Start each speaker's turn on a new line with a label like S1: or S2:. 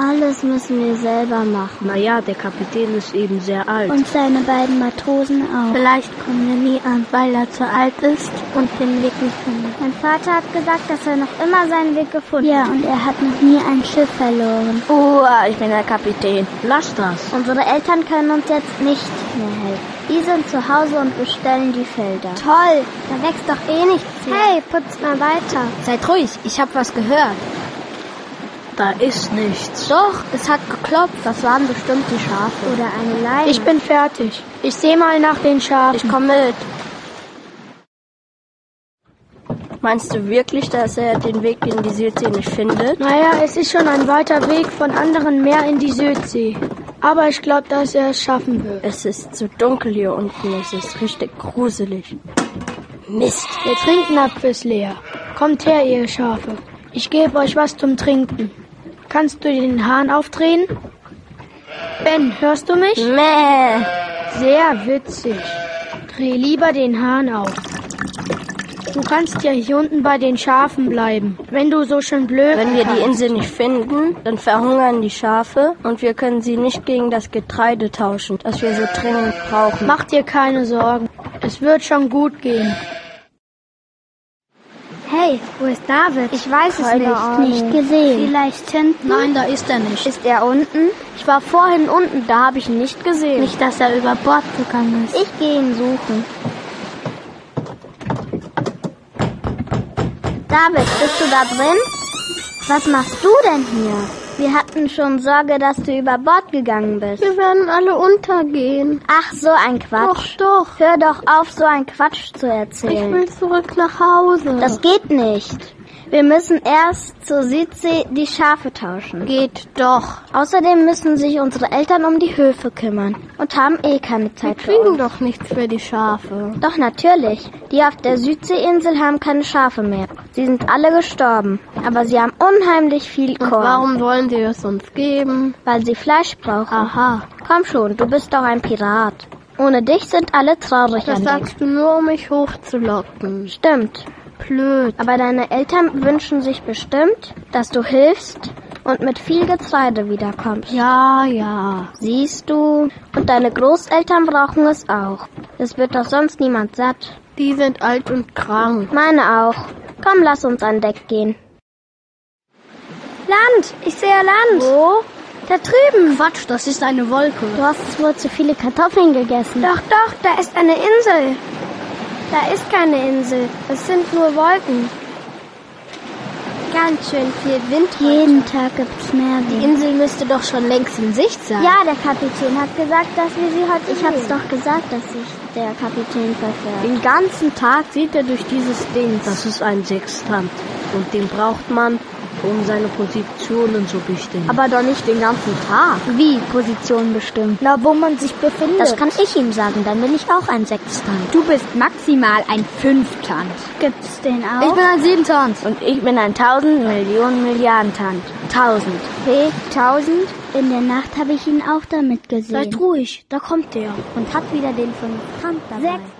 S1: Alles müssen wir selber machen.
S2: Naja, der Kapitän ist eben sehr alt.
S1: Und seine beiden Matrosen auch.
S3: Vielleicht kommen wir nie an, weil er zu alt ist und den Weg nicht findet.
S4: Mein Vater hat gesagt, dass er noch immer seinen Weg gefunden
S1: Ja, und er hat noch nie ein Schiff verloren.
S3: Oh, ich bin der Kapitän.
S2: Lass das.
S4: Unsere Eltern können uns jetzt nicht mehr helfen. Die sind zu Hause und bestellen die Felder.
S3: Toll, da wächst doch eh nichts mehr.
S4: Hey, putzt mal weiter.
S3: Seid ruhig, ich hab was gehört.
S2: Da ist nichts.
S3: Doch, es hat geklopft. Das waren bestimmt die Schafe.
S4: Oder eine Leine.
S3: Ich bin fertig. Ich sehe mal nach den Schafen. Ich komme mit.
S5: Meinst du wirklich, dass er den Weg in die Südsee nicht findet?
S3: Naja, es ist schon ein weiter Weg von anderen Meer in die Südsee. Aber ich glaube, dass er es schaffen wird.
S5: Es ist zu dunkel hier unten. Es ist richtig gruselig.
S3: Mist. Der Trinknapf ist leer. Kommt her, ihr Schafe. Ich gebe euch was zum Trinken. Kannst du den Hahn aufdrehen? Ben, hörst du mich?
S5: Mäh.
S3: Sehr witzig. Dreh lieber den Hahn auf. Du kannst ja hier unten bei den Schafen bleiben, wenn du so schön blöd
S5: Wenn wir die Insel nicht finden, dann verhungern die Schafe und wir können sie nicht gegen das Getreide tauschen, das wir so dringend brauchen.
S3: Mach dir keine Sorgen. Es wird schon gut gehen.
S4: Hey, wo ist David? Ich weiß es
S1: Keine
S4: nicht.
S1: Ahnung. Nicht gesehen.
S4: Vielleicht hinten?
S3: Nein, da ist er nicht.
S4: Ist er unten? Ich war vorhin unten, da habe ich ihn nicht gesehen.
S3: Nicht, dass er über Bord gegangen ist.
S4: Ich gehe ihn suchen. David, bist du da drin? Was machst du denn hier? Wir hatten schon Sorge, dass du über Bord gegangen bist.
S3: Wir werden alle untergehen.
S4: Ach, so ein Quatsch.
S3: doch.
S4: Hör doch auf, so ein Quatsch zu erzählen.
S3: zurück nach Hause.
S4: Das geht nicht. Wir müssen erst zur Südsee die Schafe tauschen.
S3: geht doch.
S4: Außerdem müssen sich unsere Eltern um die Höfe kümmern und haben eh keine Zeit für uns.
S3: doch nichts für die Schafe.
S4: Doch natürlich, die auf der Südseeinsel haben keine Schafe mehr. Sie sind alle gestorben, aber sie haben unheimlich viel Korn,
S3: wollen sie es uns geben?
S4: weil sie Fleisch brauchen.
S3: Aha.
S4: Komm schon, du bist doch ein Pirat. Ohne dich sind alle traurig an Deck.
S3: du nur, um mich hochzulocken.
S4: Stimmt,
S3: Blöd.
S4: aber deine Eltern wünschen sich bestimmt, dass du hilfst und mit viel Getreide wiederkommst.
S3: Ja, ja.
S4: Siehst du? Und deine Großeltern brauchen es auch. Es wird doch sonst niemand satt.
S3: Die sind alt und krank.
S4: Meine auch. Komm, lass uns an Deck gehen. Land! Ich sehe Land! Wo? Da drüben!
S3: Quatsch, das ist eine Wolke.
S4: Du hast wohl zu viele Kartoffeln gegessen. Doch, doch, da ist eine Insel. Da ist keine Insel. Es sind nur Wolken. Ganz schön viel Wind
S1: Jeden Tag gibt's mehr Wind.
S3: Insel müsste doch schon längst in Sicht sein.
S4: Ja, der Kapitän hat gesagt, dass wir sie heute
S1: Ich
S4: Ich hab's
S1: hab's
S4: doch
S1: doch gesagt, dass sich der Kapitän verfährt.
S5: Den ganzen Tag sieht er durch dieses Ding.
S2: Das ist ein Sextant. Und den braucht man, um seine Positionen zu bestimmen.
S5: Aber doch nicht den ganzen Tag.
S1: Wie Position bestimmt?
S3: Na, wo man sich befindet.
S1: Das kann ich ihm sagen, dann bin ich auch ein Sextant. Du bist maximal ein Fünftant.
S4: Gibt's den auch?
S3: ich bin ein Siebentant.
S5: Und ich bin ein Tausend Millionen Milliarden Tant. Tausend.
S1: P. 1000. In der Nacht habe ich ihn auch damit gesehen.
S3: ruhig, da kommt der.
S1: Und hat wieder den Fünftant dabei.
S4: Sechs.